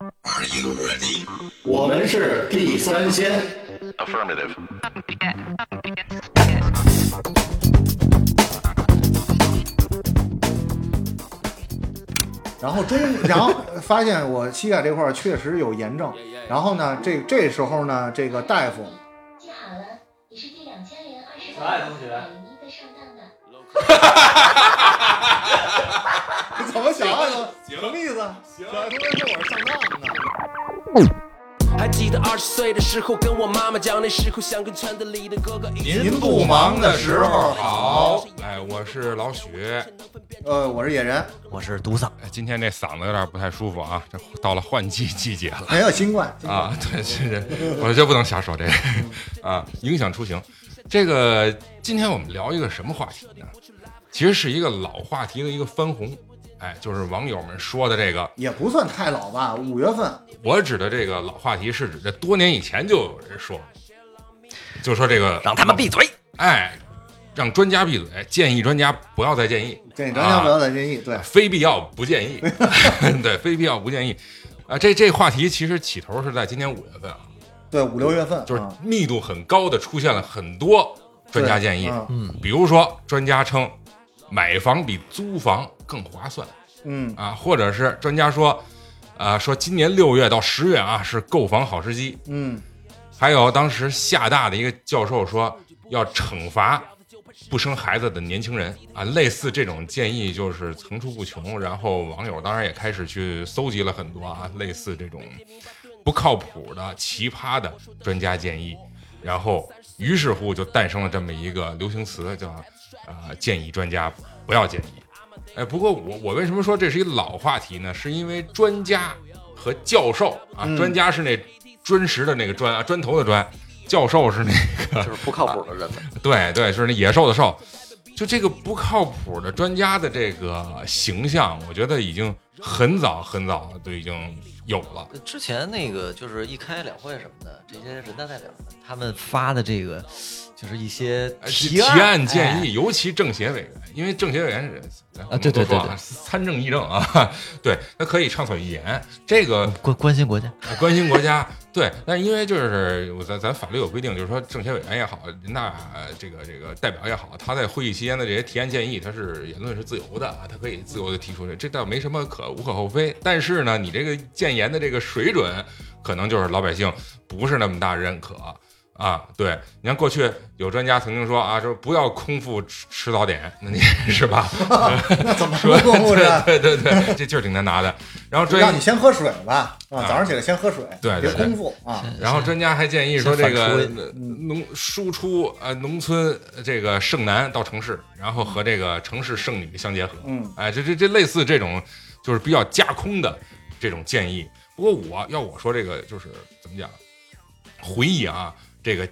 Are you ready? 我们是地三鲜。 Affirmative. 然后中，然后发现我膝盖这块儿确实有炎症，然后呢，这这时候呢，这个大夫记好了，你是第两千零二十小爱同学一个上当的。怎么想爱呢？什么意思？小爱同学说我是上当的。还记得二十岁的时候，跟我妈妈讲，那时候想跟圈子里的哥哥一起。您不忙的时候好，哎，我是老许。呃，我是野人，我是独嗓，哎今天这嗓子有点不太舒服啊，这到了换季季节了没有新冠。啊， 对，这这，我这不能瞎说这个 啊，影响出行。这个今天我们聊一个什么话题呢？其实是一个老话题的一个翻红，哎，就是网友们说的这个也不算太老吧，五月份我指的这个老话题是指这多年以前就有人说，就说这个让他们闭嘴。哎，让专家闭嘴，建议专家不要再建议，对，咱啊家不要再建议，对，非必要不建议， 对，非必要不建议。啊，这这话题其实起头是在今年五月份啊，对，五六月份就是啊密度很高的出现了很多专家建议对，嗯，比如说专家称买房比租房更划算嗯， 啊，或者是专家说，啊，说今年六月到十月啊是购房好时机，嗯，还有当时厦大的一个教授说要惩罚不生孩子的年轻人啊，类似这种建议就是层出不穷。然后网友当然也开始去搜集了很多啊，类似这种不靠谱的、奇葩的专家建议，然后于是乎就诞生了这么一个流行词，叫啊、呃建议专家不要建议。哎，不过我我为什么说这是一老话题呢？是因为专家和教授啊，嗯专家是那砖石的那个砖啊，砖头的砖，教授是那个 就是不靠谱的人们。啊对对，是那野兽的兽。就这个不靠谱的专家的这个形象，我觉得已经很早很早就已经有了。之前那个就是一开两会什么的，这些人大代表们他们发的这个就是一些哎提提案建议，议，尤其政协委员，因为政协委员是啊对对对对参政议政啊， 对他可以畅所欲言。这个哎关关心国家， 关心国家，对，但因为就是我咱咱法律有规定，就是说政协委员也好，人大呃这个这个代表也好，他在会议期间的这些提案建议，他是言论是自由的，他可以自由的提出这，这倒没什么可无可厚非。但是呢，你这个建言的这个水准，可能就是老百姓不是那么大认可啊。对，你像过去有专家曾经说啊，说不要空腹吃吃早点，那你 是吧？那怎么说说功夫着？对对对 对，这劲儿挺难拿的。然后专让你先喝水吧，啊，啊早上起来先喝水，对对别对空腹啊，然后专家还建议说，这先个嗯反刍呃农输出呃农村呃这个剩男到城市，然后和这个城市剩女相结合。嗯，哎，这这这类似这种就是比较架空的这种建议。不过我要我说这个就是怎么讲，回忆啊，这个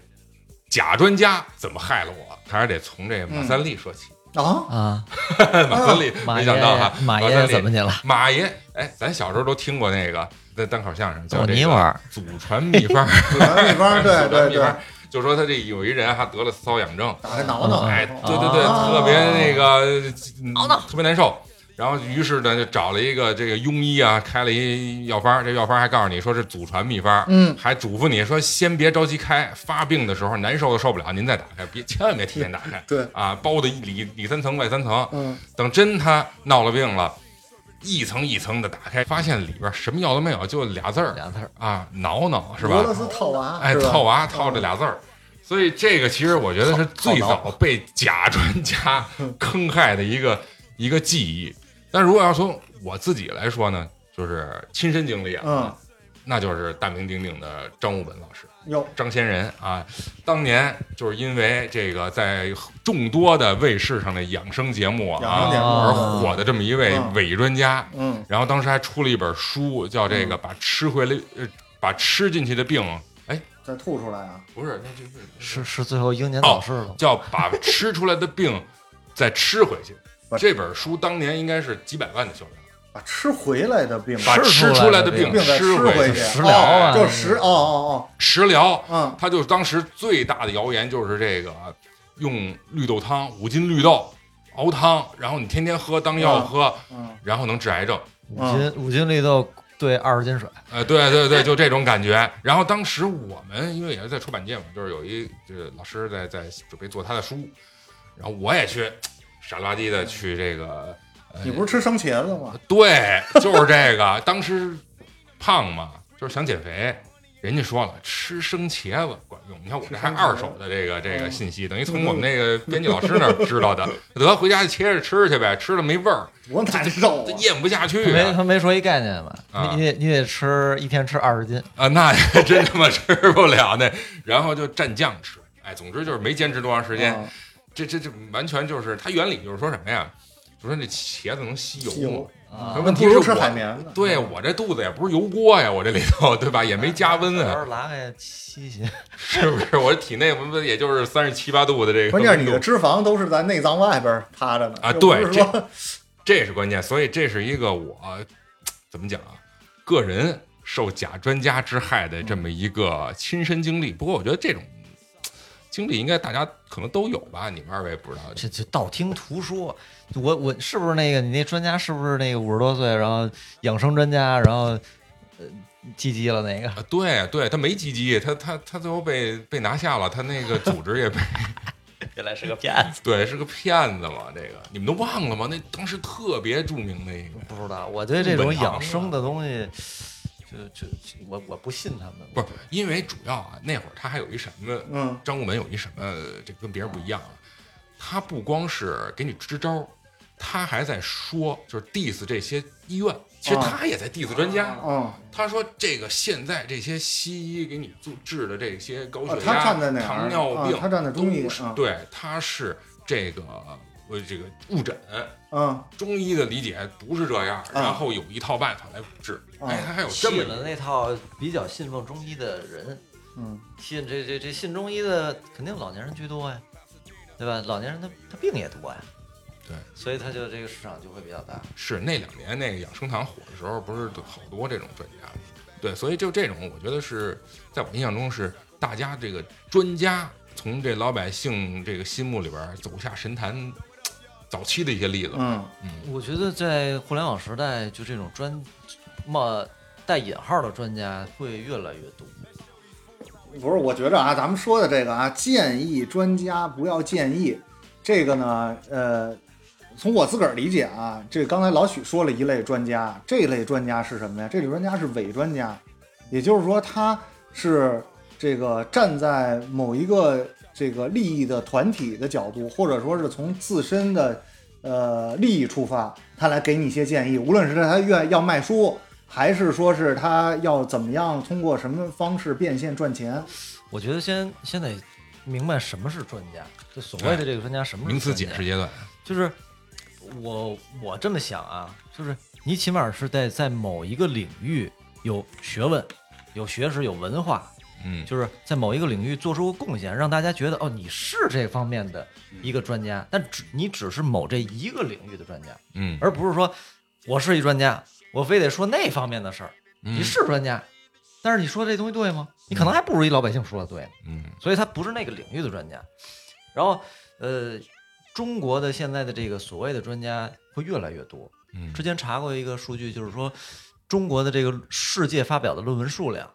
假专家怎么害了我，还是得从这马三立说起。啊，啊，马三立，嗯马没爷想到哈，马马三爷立怎么去了？马爷，哎，咱小时候都听过那个那单口相声叫走这泥个玩儿祖传秘方。那方对对对，就说他这有一人还得了瘙痒症，打开挠挠，哎，对对对，啊特别那个，嗯特别难受。然后于是呢，就找了一个这个庸医啊，开了一药方，这药方还告诉你说是祖传秘方，嗯，还嘱咐你说先别着急开，发病的时候难受的受不了，您再打开，别千万别提前打开， 对啊，包的里里三层外三层，嗯，等真他闹了病了，一层一层的打开，发现里边什么药都没有，就俩字儿俩字儿，啊，挠挠是吧？俄罗斯套娃，哎，是吧嗯套娃套这俩字儿。所以这个其实我觉得是最早被假专家坑害的 一个一个记忆。但如果要从我自己来说呢，就是亲身经历啊，嗯那就是大名鼎鼎的张悟本老师。哟，张先人啊，当年就是因为这个在众多的卫视上的养生节目养生啊节目而啊火的这么一位嗯伪专家，嗯，然后当时还出了一本书，叫这个把吃回来，呃，把吃进去的病，哎，再吐出来啊，不是，那就是是是最后英年早逝了吗，叫把吃出来的病再吃回去把。这本书当年应该是几百万的销量，把啊吃回来的病，把吃出来的病病再吃吃回去，去。食疗啊哦就是食，哦哦食疗哦，，嗯，他就当时最大的谣言就是这个，用绿豆汤五斤绿豆熬汤，然后你天天喝当药嗯喝，嗯然后能治癌症。五斤五斤绿豆对二十斤水，呃，对对对，就这种感觉。然后当时我们因为也是在出版界嘛，就是有一这老师在在准备做他的书，然后我也去傻了吧唧的去这个，你不是吃生茄子吗？ 对，就是这个。当时胖嘛，就是想减肥，人家说了吃生茄子管用。你看我这还二手的这个这个信息，等于从我们那个编辑老师那儿知道的。 得回家就切着吃去呗，吃了没味儿，多难受这啊！咽不下去没啊！他没说一概念吧？啊你你得你得吃一天吃二十斤，啊，那真他妈吃不了那，然后就蘸酱吃。哎，总之就是没坚持多长时间，啊这这这完全就是它原理就是说什么呀？就说那茄子能吸吸油嘛油，可啊那问题不是如我吃海绵呢。对我这肚子也不是油锅呀，我这里头对吧？也没加温到时啊， 候拉开吸吸。是不是？我这体内温度也就是三十七八度的这个温度，关键是你的脂肪都是在内脏外边儿趴着呢啊又不是对说这是关键，所以这是一个我怎么讲啊，个人受假专家之害的这么一个亲身经历。不过我觉得这种经历应该大家可能都有吧，你们二位不知道。这这道听途说，我我是不是那个你那专家是不是那个五十多岁，然后养生专家，然后呃唧唧了那个？啊，对对，他没积极，他他他最后被被拿下了，他那个组织也被原来是个骗子，对是个骗子嘛，这个你们都忘了吗？那当时特别著名的一个， 不知道。我啊对这种养生的东西，就就就我我不信他们。不是因为主要啊，那会儿他还有一什么嗯，张悟门有一什么，这跟别人不一样啊，他不光是给你支招，他还在说，就是 diss 这些医院，其实啊他也在 diss 专家。嗯，他说这个现在这些西医给你做治的这些高啊血压、他站在哪儿糖尿病，啊他站在中医都是啊对，他是这个呃这个误诊。嗯，中医的理解不是这样，然后有一套办法来治。啊哎，他还有这么信一了那套比较信奉中医的人，嗯，信这这这信中医的肯定老年人居多呀，对吧？老年人他他病也多呀，对，所以他就这个市场就会比较大。是那两年那个养生堂火的时候，不是好多这种专家，对，所以就这种，我觉得是在我印象中是大家这个专家从这老百姓这个心目里边儿走下神坛嘖早期的一些例子，嗯，我觉得在互联网时代，就这种专冒带引号的专家会越来越多。不是，我觉着啊，咱们说的这个啊，建议专家不要建议，这个呢，呃，从我自个儿理解啊，这刚才老许说了一类专家，这类专家是什么呀？这类专家是伪专家，也就是说他是这个站在某一个这个利益的团体的角度，或者说是从自身的呃利益出发，他来给你一些建议，无论是他愿要卖书。还是说是他要怎么样通过什么方式变现赚钱？我觉得先先得明白什么是专家，就所谓的这个专家什么是哎名词专家解释阶段，就是我我这么想啊，就是你起码是在在某一个领域有学问、有学识、有文化，嗯，就是在某一个领域做出贡献，让大家觉得哦，你是这方面的嗯一个专家，但只你只是某这一个领域的专家，嗯，而不是说我是一专家，我非得说那方面的事儿。嗯你是专家，但是你说这东西对吗？你可能还不如一老百姓说的对呢。嗯所以他不是那个领域的专家。然后，呃，中国的现在的这个所谓的专家会越来越多。嗯之前查过一个数据，就是说中国的这个世界发表的论文数量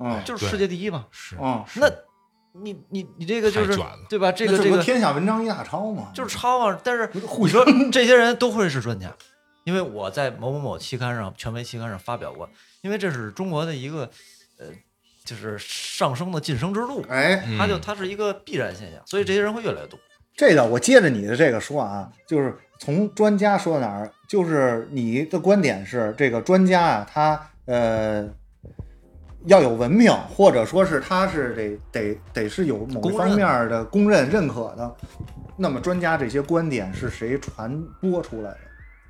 嗯就是哦对哦世界第一嘛。是嗯，那你你你这个就是太卷了对吧？这那个这不个天下文章一大抄嘛，就是超啊！但是互 你说嗯这些人都会是专家，因为我在某某某期刊上、权威期刊上发表过，因为这是中国的一个呃，就是上升的晋升之路，哎，嗯它就它是一个必然现象，所以这些人会越来越多。这个我接着你的这个说啊，就是从专家说到哪儿，就是你的观点是这个专家啊，他呃要有文明，或者说是他是得得得是有某一公方认面的公认认可的。那么专家这些观点是谁传播出来的，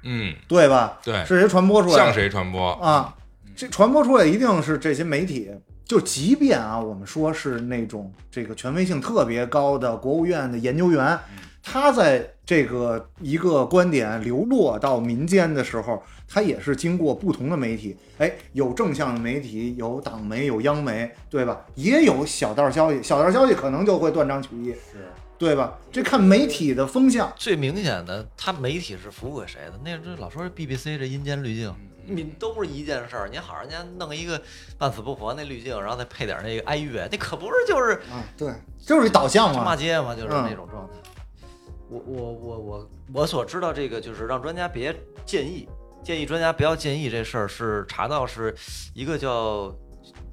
嗯，对吧？对是谁传播出来的？向谁传播？啊，这传播出来一定是这些媒体。就即便啊，我们说是那种这个权威性特别高的国务院的研究员，他在这个一个观点流落到民间的时候，他也是经过不同的媒体，哎，有正向的媒体，有党媒，有央媒，对吧？也有小道消息，小道消息可能就会断章取义，是对吧？这看媒体的风向，最明显的，他媒体是服务给谁的？那这老说是 BBC 这阴间滤镜，你都不是一件事儿，你好人家弄一个半死不活那滤镜，然后再配点那个哀乐，那可不是就是啊，对，就是一导向骂嘛。街嘛，就是嗯那种状态。我我我我我所知道这个就是让专家别建议，建议专家不要建议这事儿是查到是一个叫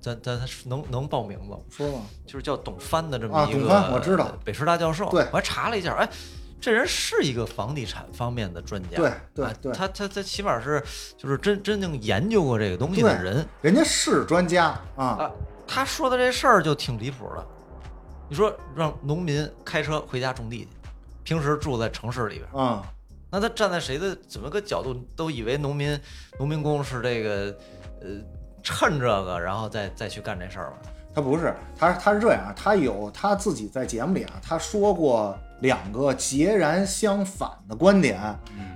咱咱能能报名吗？说嘛，就是叫董帆的这么啊一个，董帆我知道，北师大教授。对我还查了一下，哎，这人是一个房地产方面的专家，对对啊对他他他起码是就是真真正研究过这个东西的对人人家是专家啊，啊。他说的这事儿就挺离谱的。你说让农民开车回家种地去，平时住在城市里边，嗯，那他站在谁的怎么个角度，都以为农民农民工是这个呃趁这个，然后再再去干这事儿嘛？他不是，他他是这样，他有他自己在节目里啊，他说过两个截然相反的观点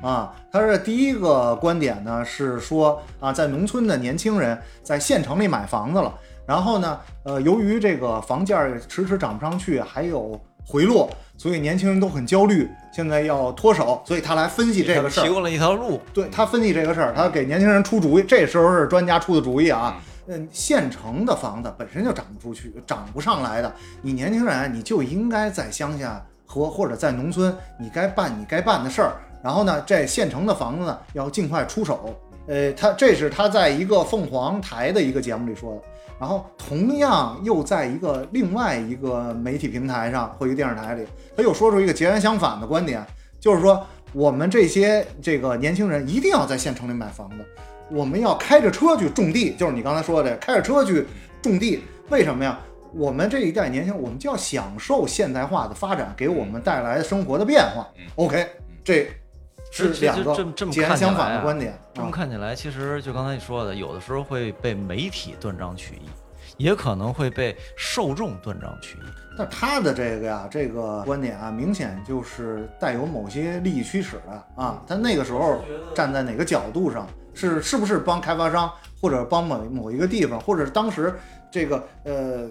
啊。他是第一个观点呢是说啊，在农村的年轻人在县城里买房子了，然后呢，呃，由于这个房价迟迟涨不上去，还有回落，所以年轻人都很焦虑，现在要脱手，所以他来分析这个事儿嗯提。供了一条路，对他分析这个事儿，他给年轻人出主意，这时候是专家出的主意啊。嗯，县城的房子本身就涨不出去，涨不上来的。你年轻人，啊你就应该在乡下和或者在农村，你该办你该办的事儿。然后呢，这县城的房子呢，要尽快出手。呃，他这是他在一个凤凰台的一个节目里说的。然后同样又在一个另外一个媒体平台上或一个电视台里，他又说出一个截然相反的观点，就是说我们这些这个年轻人一定要在县城里买房子，我们要开着车去种地，就是你刚才说的这，开着车去种地，为什么呀？我们这一代年轻人，我们就要享受现代化的发展给我们带来生活的变化。OK，这是这这两这个这么截然看起来相反的啊观点。这么啊看起来，其实就刚才你说的，有的时候会被媒体断章取义，也可能会被受众断章取义。但他的这个呀，这个观点啊，明显就是带有某些利益驱使的啊。他那个时候站在哪个角度上，是是不是帮开发商，或者帮某某一个地方，或者是当时这个呃，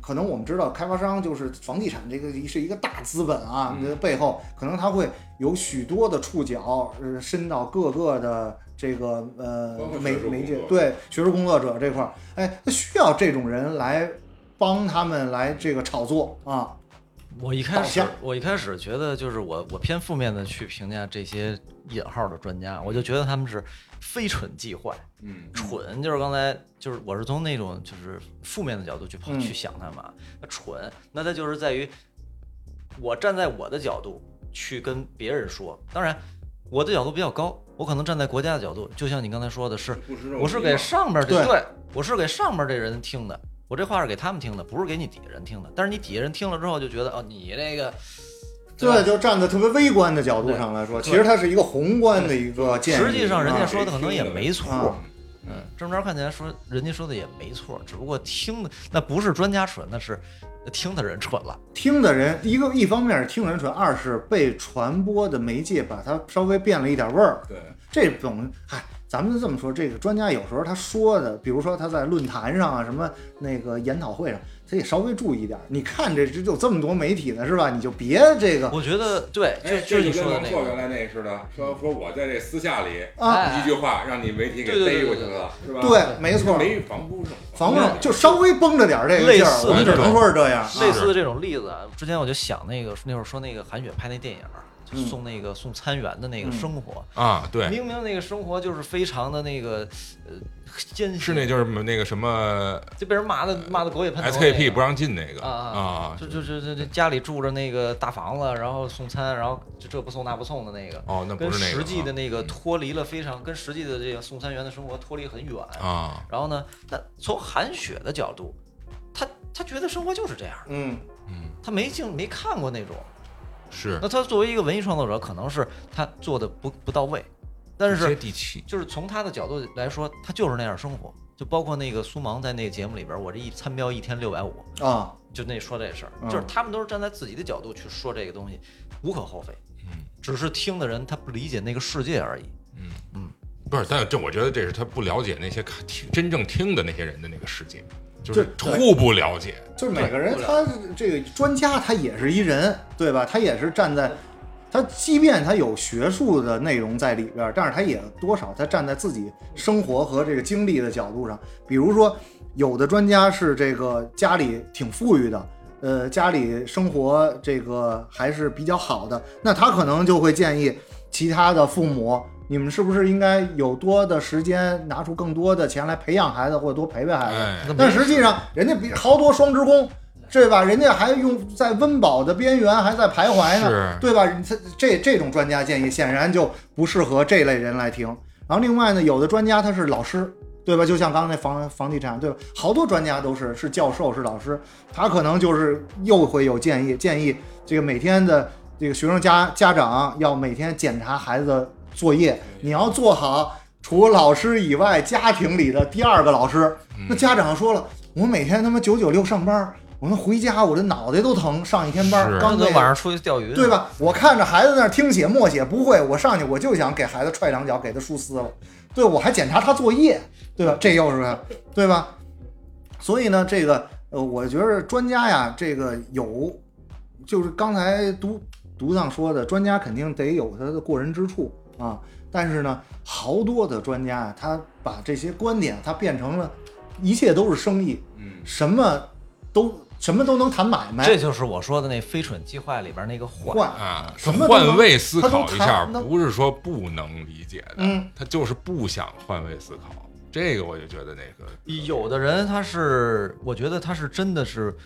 可能我们知道开发商就是房地产这个是一个大资本啊，嗯那背后可能他会有许多的触角，呃，伸到各个的这个呃包括媒学术媒工介作者对。对学术工作者这块儿，哎，他需要这种人来帮他们来这个炒作啊。我一导开始向，我一开始觉得就是我我偏负面的去评价这些引号的专嗯家，我就觉得他们是非蠢即坏，嗯，蠢就是刚才就是我是从那种就是负面的角度去跑嗯去想他们啊，那蠢，那他就是在于我站在我的角度去跟别人说，当然我的角度比较高，我可能站在国家的角度，就像你刚才说的是，不吃肉我是糜给嘛上面这对我是给上面这人听的，我这话是给他们听的，不是给你底下人听的，但是你底下人听了之后就觉得哦，你这个吧这就站在特别微观的角度上来说，其实它是一个宏观的一个建议。实际上人家啊说的可能也没错，啊嗯，这么着看起来说人家说的也没错，只不过听的那不是专家蠢，那是听的人蠢了。听的人，一个一方面是听人传，二是被传播的媒介把它稍微变了一点味儿。对，这种，嗨，咱们这么说，这个专家有时候他说的，比如说他在论坛上啊，什么那个研讨会上，他也稍微注意一点。你看这这有这么多媒体呢，是吧？你就别这个我觉得对，就哎，就这你就跟说的王那朔原个，来那似的，说说我在这私下里啊，哎一句话让你媒体给对对对逮过去对对了，是吧？对，没错，没防不胜防不胜就稍微绷着点儿这个类劲儿，似我们的只能说是这样。哎类似的这种例子，啊，之前我就想那个那会儿说那个韩雪拍那电影儿，就嗯送那个送餐员的那个嗯生活，啊，对，明明那个生活就是非常的那个呃艰辛，是那就是呃那个什么就被人骂的骂的狗血喷头那个 SKP 不让进那个啊啊就，就就就就家里住着那个大房子，然后送餐，然后这这不送那不送的那个，哦，那跟不是那个嗯实际的那个脱离了非常，跟实际的这个送餐员的生活脱离很远。啊，然后呢，那从韩雪的角度，她她觉得生活就是这样，嗯，嗯，她没经没看过那种。是那她作为一个文艺创作者，可能是她做的不不到位，但接是地气，就是从她的角度来说，她就是那样生活。就包括那个苏芒在那个节目里边，我这一餐标一天六百五，啊，就那说这事儿，嗯就是他们都是站在自己的角度去说这个东西，无可厚非。嗯，只是听的人他不理解那个世界而已。不是，但这我觉得这是他不了解那些看听真正听的那些人的那个世界，就是对对互不了解，就是每个人对他这个专家他也是一人，对吧？他也是站在。它即便它有学术的内容在里边儿，但是它也多少它站在自己生活和这个经历的角度上。比如说，有的专家是这个家里挺富裕的，呃，家里生活这个还是比较好的，那他可能就会建议其他的父母，你们是不是应该有多的时间拿出更多的钱来培养孩子，或者多陪陪孩子？哎，那但没实际上，人家比豪多双职工，对吧？人家还用在温饱的边缘，还在徘徊呢是，对吧？这这这种专家建议显然就不适合这类人来听。然后另外呢，有的专家他是老师，对吧？就像刚才房房地产，对吧？好多专家都是是教授是老师，他可能就是又会有建议，建议这个每天的这个学生家家长要每天检查孩子的作业，你要做好除老师以外家庭里的第二个老师。那家长说了，我每天他妈九九六上班，我那回家我这脑袋都疼，上一天班是刚刚累跟晚上出去钓鱼呢，对吧？我看着孩子那儿听写默写不会，我上去我就想给孩子踹两脚，给他书撕了。对，我还检查他作业，对吧？这又是对吧？所以呢，这个呃，我觉得专家呀，这个有，就是刚才独独藏说的，专家肯定得有他的过人之处啊。但是呢，好多的专家啊，他把这些观点，他变成了一切都是生意，嗯，什么都什么都能谈买卖，这就是我说的那《飞蠢计划》里边那个坏。换啊，什他么都换能位思他都考一下，谈那不是说不能理解的，嗯他就是不想换位思考。这个我就觉得那个有的人他是，我觉得他是真的是，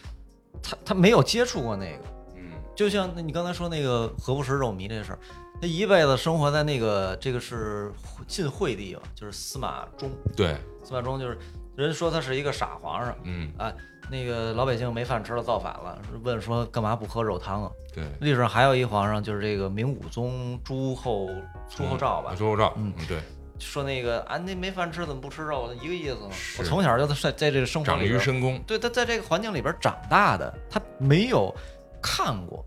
他他没有接触过那个，嗯，就像你刚才说那个何不食肉糜这事儿，他一辈子生活在那个这个是晋惠帝吧，就是司马衷，对，司马衷就是人说他是一个傻皇上，嗯，哎，那个老百姓没饭吃了造反了，问说干嘛不喝肉汤啊？对，历史上还有一皇上就是这个明武宗朱厚朱厚照吧，朱厚照，嗯嗯，对，说那个啊那没饭吃怎么不吃肉？一个意思嘛。是我从小就在在这个生活长里于边深宫，对他在这个环境里边长大的，他没有看过。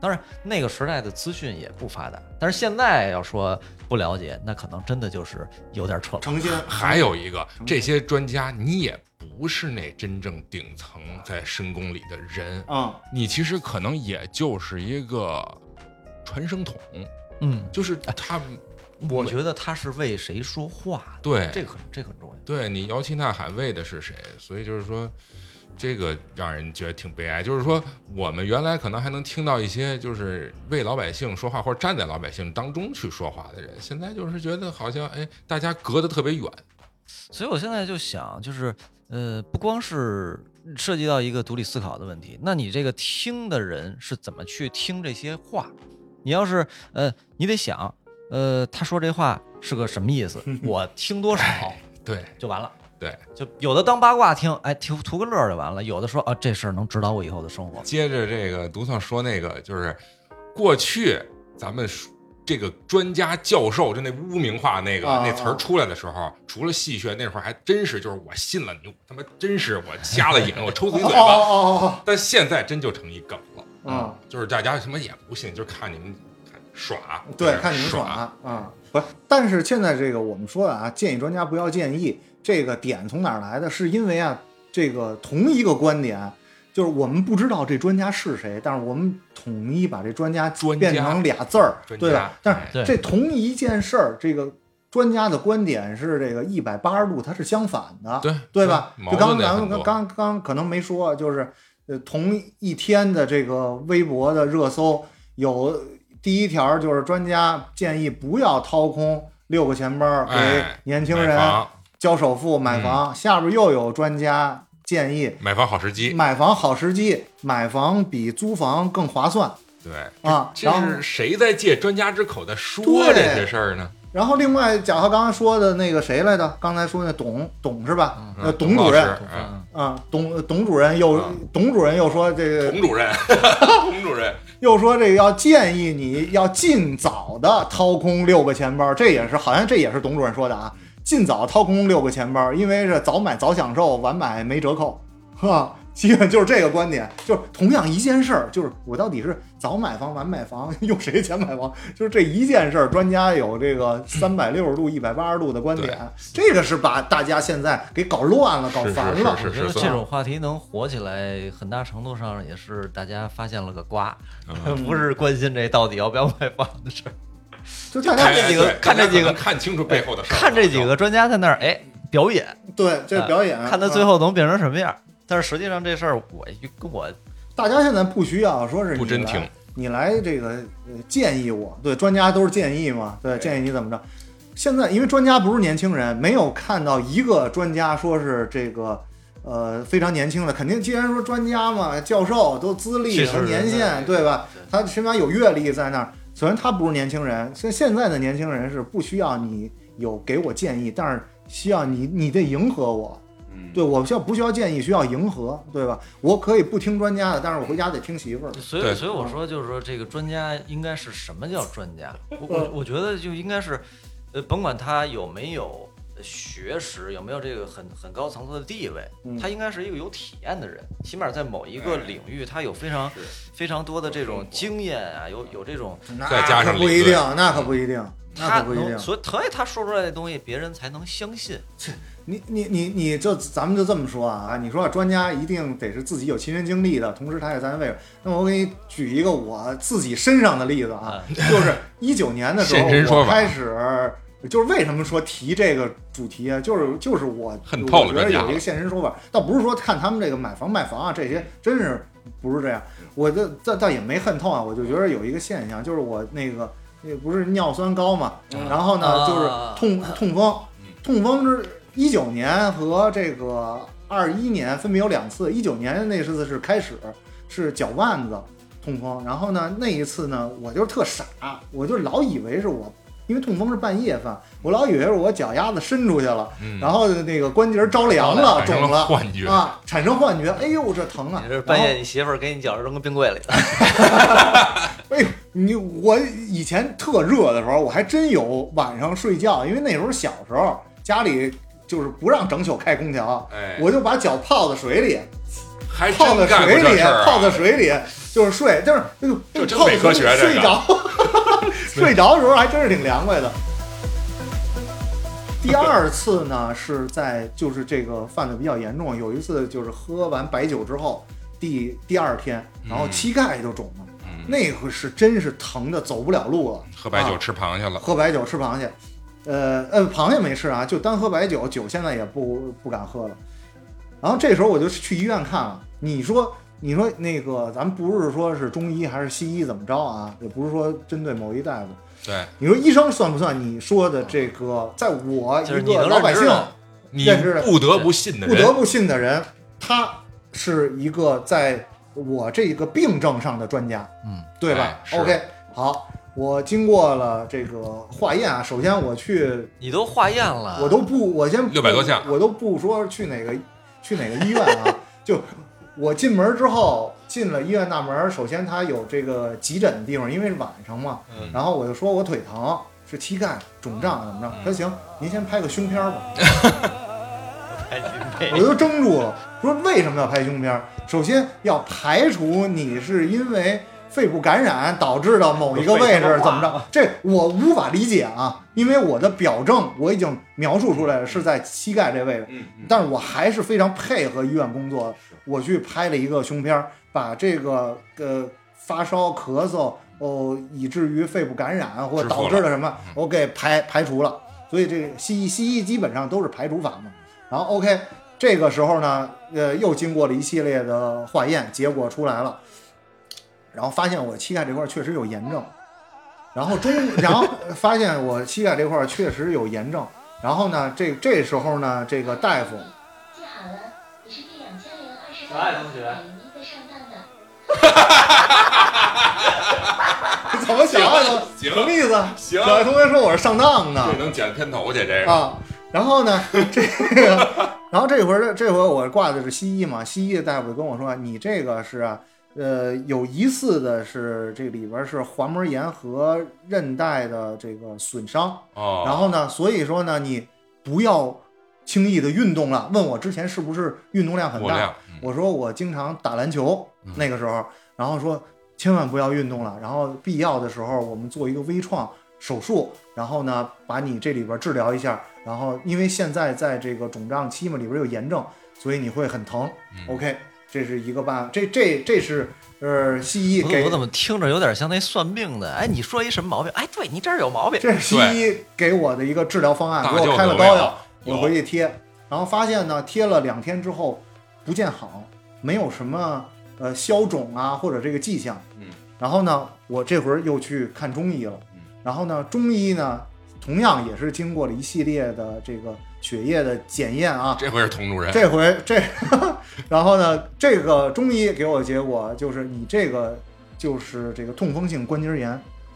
当然，那个时代的资讯也不发达，但是现在要说不了解，那可能真的就是有点扯。成心还有一个，这些专家你也不是那真正顶层在深宫里的人，啊、你其实可能也就是一个传声筒，嗯，就是他们我觉得他是为谁说话的，对这个很这个很重要。对你摇旗呐喊为的是谁，所以就是说。这个让人觉得挺悲哀，就是说我们原来可能还能听到一些就是为老百姓说话或者站在老百姓当中去说话的人，现在就是觉得好像哎，大家隔得特别远，所以我现在就想，就是呃，不光是涉及到一个独立思考的问题，那你这个听的人是怎么去听这些话？你要是呃，你得想，呃，他说这话是个什么意思？ 我听多少对就完了。对，就有的当八卦听，哎，图图个乐儿就完了；有的说啊，这事儿能指导我以后的生活。接着这个独创说那个，就是过去咱们说这个专家教授就那污名化那个、啊那词儿出来的时候，除了戏谑那会儿还真是就是我信了你，我他妈真是我瞎了眼，我抽自己哦嘴哦巴。哦但现在真就成一梗了，哦，啊、就是大家什么也不信，就看你们看耍，对在，这看你们爽耍。啊、嗯不是，但是现在这个我们说的啊，建议专家不要建议，这个点从哪儿来的？是因为啊，这个同一个观点，就是我们不知道这专家是谁，但是我们统一把这专家专家变成俩字儿，专对家吧？但是对这同一件事儿，这个专家的观点是这个一百八十度，它是相反的，对对吧？矛就盾刚也咱很们刚多刚刚可能没说，就是呃，同一天的这个微博的热搜有第一条就是专家建议不要掏空六个钱包给哎年轻买人房，嗯交首付买房，下边又有专家建议买房好时机。买房好时机，买房比租房更划算对，啊。这然后是谁在借专家之口在说对这些事儿呢？然后另外贾浩刚才说的那个谁来着？刚才说那董董是吧？呃，嗯董老主师任。嗯啊，董董主任又、董主任又说这个童主任， 童主任，又说这个要建议你要尽早的掏空六个钱包，这也是好像这也是董主任说的啊，尽早掏空六个钱包，因为是早买早享受，晚买没折扣，呵，基本 就是这个观点，就是同样一件事儿，就是我到底是早买房、晚买房，用谁钱买房，就是这一件事儿，专家有这个三百六十度、一百八十度的观点对，这个是把大家现在给搞乱了、搞是烦了。是是我是觉是，得这种话题能火起来，很大程度上也是大家发现了个瓜，嗯 不是关心这到底要不要买房的事儿。就大家看这几个哎对看大这家几可个能看清楚背后的事儿了，看这几个专家在那儿哎表演，对这哎表演，看他嗯最后能变成什么样。但是实际上这事儿，我跟我大家现在不需要说是不你真来听，你来这个呃建议我，对，专家都是建议嘛，对，对建议你怎么着。现在因为专家不是年轻人，没有看到一个专家说是这个呃非常年轻的，肯定既然说专家嘛，教授都资历是是和是年限对对吧？对他起码有阅历在那儿，虽然他不是年轻人，现现在的年轻人是不需要你有给我建议，但是需要你你得迎合我，嗯对我需要不需要建议，需要迎合，对吧？我可以不听专家的，但是我回家得听媳妇儿的。所以对所以我说就是说这个专家应该是什么叫专家？嗯我我我觉得就应该是，呃，甭管他有没有学识，有没有这个很很高层次的地位嗯，哎他应该是一个有体验的人，起码在某一个领域他有非常是非常多的这种经验啊，有有这种那再加上可不理一论定，那可不一定，那他可不一定能，。所以所以他说出来的东西别人才能相信。你你你你就咱们就这么说啊，你说专家一定得是自己有亲身经历的，同时他也在位。那么我给你举一个我自己身上的例子啊，嗯就是一九年的时候现身，说我法开始就是为什么说提这个主题啊，就是就是我恨透了我觉得专家有一个了现身说法，倒不是说看他们这个买房卖房啊这些，真是不是这样。我这倒倒也没恨透啊，我就觉得有一个现象，就是我那个那不是尿酸高嘛，然后呢啊嗯就是痛痛风，痛风是一九年和这个二一年分别有两次，一九年那次是开始是脚腕子痛风，然后呢那一次呢我就是特傻，我就老以为是我。因为痛风是半夜犯，我老以为是我脚丫子伸出去了，嗯然后那个关节着凉了、产肿生了幻觉啊，产生幻觉，哎呦这疼啊！你这然半后夜你媳妇儿给你脚扔个 冰柜里，哎呦，你我以前特热的时候，我还真有晚上睡觉，因为那时候小时候家里就是不让整宿开空调，哎我就把脚泡在水里，还泡在真干过水这里，事儿啊泡在水里就是睡，就是哎呦，这真泡在伪科水里学这睡个着， 睡着的时候还真是挺凉快的。第二次呢是在就是这个犯的比较严重，有一次就是喝完白酒之后，第第二天，然后嗯膝盖就肿了。嗯那个是真是疼的走不了路了，喝白酒啊吃螃蟹了，喝白酒吃螃蟹，呃呃，螃蟹没吃啊，就单喝白酒，酒现在也不不敢喝了。然后这时候我就去医院看了，你说你说那个咱不是说是中医还是西医怎么着啊，也不是说针对某一大夫，对你说医生算不算你说的这个，在我就是一你个能老百认姓知的，你认识的不得不信的不人，得不信的人，他是一个在我这个病症上的专家，嗯，对吧、哎是 o k 好，我经过了这个化验啊，首先我去，你都化验了，我都不，我先600多项我都不说去哪个去哪个医院啊，就我进门之后进了医院大门，首先他有这个急诊的地方，因为是晚上嘛，嗯然后我就说我腿疼，是膝盖肿胀怎么着，他说行，您先拍个胸片儿吧。哎你我妹都怔住了，说为什么要拍胸片儿？首先要排除你是因为肺部感染导致的某一个位置怎么着，这我无法理解啊，因为我的表症我已经描述出来了，是在膝盖这位置，嗯嗯但是我还是非常配合医院工作的，我去拍了一个胸片儿，把这个呃发烧、咳嗽哦，以至于肺部感染啊或支付导了嗯致了什么，我给排排除了。所以这个西医西医基本上都是排除法嘛。然后 OK，这个时候呢，呃，又经过了一系列的化验，结果出来了，然后发现我膝盖这块儿确实有炎症，然后中，然后发现我膝盖这块儿确实有炎症，然后呢，这这时候呢，这个大夫记好了，你是第两千零二十小爱同学百零一个上当的。 怎么想啊？行什么意思啊？行小爱同学说我是上当呢这能剪片头去，这个啊。然后呢，这 个，然后这回儿这回儿我挂的是西医嘛，西医的大夫就跟我说，你这个是啊，呃，有疑似的是这里边儿是滑膜炎和韧带的这个损伤，哦，然后呢，所以说呢，你不要轻易的运动了，问我之前是不是运动量很过大量，嗯我说我经常打篮球，那个时候，然后说千万不要运动了，然后必要的时候我们做一个微创手术，然后呢把你这里边治疗一下，然后因为现在在这个肿胀期嘛，里边有炎症，所以你会很疼。OK，这是一个办法，这这这是呃西医我怎给么我怎么听着有点像那算命的？哎，你说一什么毛病？哎，对你这儿有毛病。这是西医给我的一个治疗方案，大给我舅开子了嗯有膏没有药，有我回去贴，然后发现呢，贴了两天之后不见好，没有什么呃消肿啊或者这个迹象。嗯，然后呢，我这会儿又去看中医了。嗯，然后呢，中医呢同样也是经过了一系列的这个血液的检验啊，这回是佟主任，这回这， 然后呢，这个中医给我的结果就是你这个就是这个痛风性关节炎。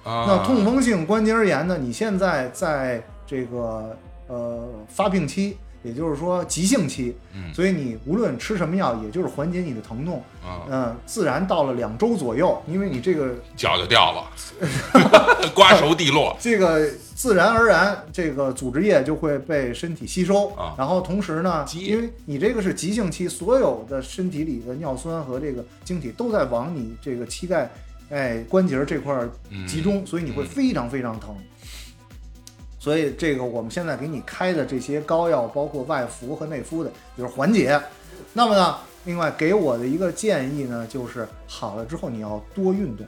啊那痛风性关节炎呢？你现在在这个呃发病期，也就是说急性期，嗯所以你无论吃什么药，也就是缓解你的疼痛，啊嗯、自然到了两周左右，因为你这个脚就掉了， 瓜熟蒂落 这个自然而然，这个组织液就会被身体吸收啊然后同时呢，积液因为你这个是急性期，所有的身体里的尿酸和这个晶体都在往你这个膝盖哎关节这块儿嗯嗯集中，所以你会非常非常疼。所以这个我们现在给你开的这些膏药，包括外敷和内敷的，就是缓解。那么呢，另外给我的一个建议呢，就是好了之后你要多运动。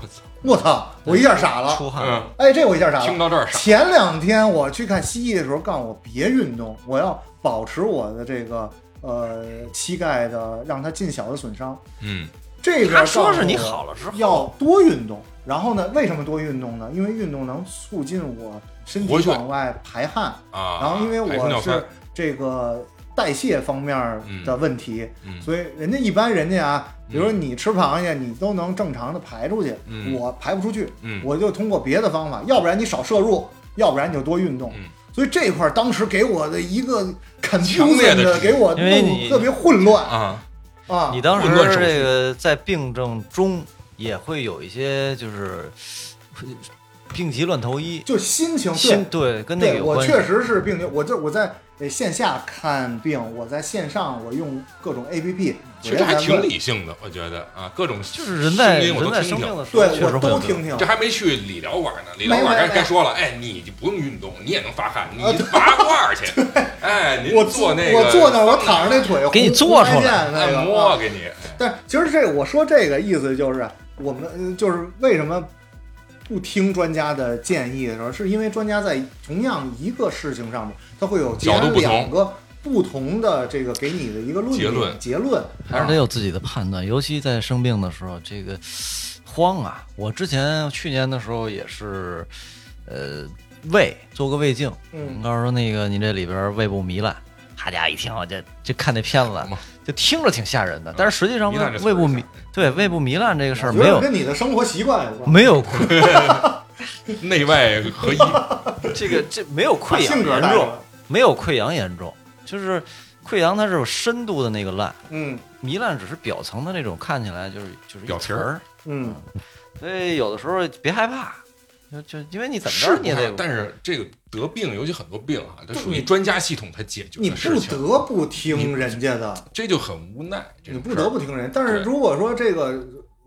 我操！我操！我一下傻了，嗯出汗了，嗯，哎，这我一下傻了。听到这儿傻，前两天我去看西医的时候，告诉我别运动，我要保持我的这个呃膝盖的，让它尽小的损伤。嗯，这边他说是你告诉我好了之后要多运动，然后呢，为什么多运动呢？因为运动能促进我身活体血往外排汗，啊，然后因为排出我尿是酸，这个代谢方面的问题，嗯所以人家一般人家啊，比如说你吃螃蟹，你都能正常的排出去，嗯我排不出去，嗯我就通过别的方法，要不然你少摄入，要不然你就多运动。嗯所以这块儿当时给我的一个强烈 confusion 的的，指引给我因为弄你特别混乱啊，啊！你当时混乱手术这个在病症中也会有一些就是病急乱投医，就心情心对对跟那个对，有我关系。确实是病牛，我这我在呃线下看病，我在线上我用各种 A P P，其实还挺理性的，我觉得啊，各种就是人在声音我人都在听生病听。的时候，对确实我会有都这种听听这。还没去理疗馆呢，理疗馆没该没啊该说了，哎，你就不用运动，你也能发汗，你拔罐儿去，哎，您我做那个，我坐那儿，我躺着那腿给你红做出来红外线那个啊按摩给你，但是其实这我说这个意思就是，我们呃就是为什么不听专家的建议的时候，是因为专家在同样一个事情上面，他会有截角然度不同两个不同的这个给你的一个论结点论嗯结论，还是得有自己的判断，尤其在生病的时候，这个慌啊！我之前去年的时候也是，呃，胃做个胃镜，嗯告诉说那个你这里边胃部糜烂，好家伙，一听我这这看那片子什么，就听着挺吓人的，但是实际上糜烂这词儿胃部吓糜人对胃部糜烂这个事儿我没觉得有跟你的生活习惯有关。没有内外 合一，这个这没有把溃性疡格严带重，了，没有溃疡严重，就是溃疡它是有深度的那个烂，嗯糜烂只是表层的那种，看起来就是就是一表皮层儿儿。嗯，所以有的时候别害怕，就就因为你怎么是着不你也太得，但是这个得病，尤其很多病啊，它对属于你专家系统才解决你的事不情，得不听人家的，这就很无奈。这你种不事儿得不听人。但是对如果说这个，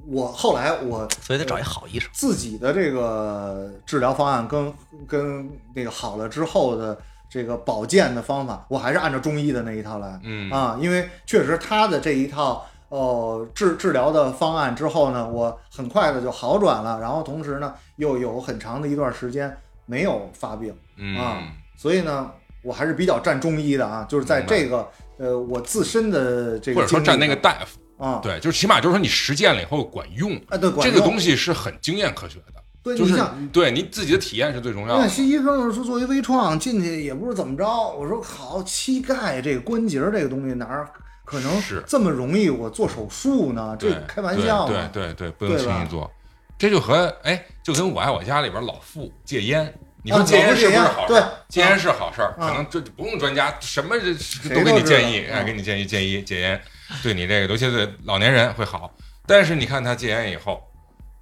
我后来我所以得找一好医生。自己的这个治疗方案跟跟那个好了之后的这个保健的方法，我还是按照中医的那一套来、嗯啊，因为确实他的这一套呃治治疗的方案之后呢，我很快的就好转了，然后同时呢又有很长的一段时间没有发病，啊嗯，所以呢我还是比较站中医的啊，就是在明白这个呃我自身的这或个者经说历站那个上大夫，啊对，就是起码就是说你实践了以后管用，啊对管这个用东西是很经验科学的，对就你是啊像对你自己的体验是最重要那的。西医跟我说作为微创进去也不是怎么着，我说好，膝盖这个关节儿这个东西哪儿可能是这么容易？我做手术呢？对这，开玩笑对嘛。对对对，不能对吧轻易做。这就和哎，就跟我爱我家里边老傅戒烟，你说啊戒老烟傅是戒不是烟好事对儿？戒烟是好事儿，啊可能这就不用专家，什么这都都给你建议知，道哎，嗯给你建议建议戒烟，对你这个，尤其对老年人会好。但是你看他戒烟以后，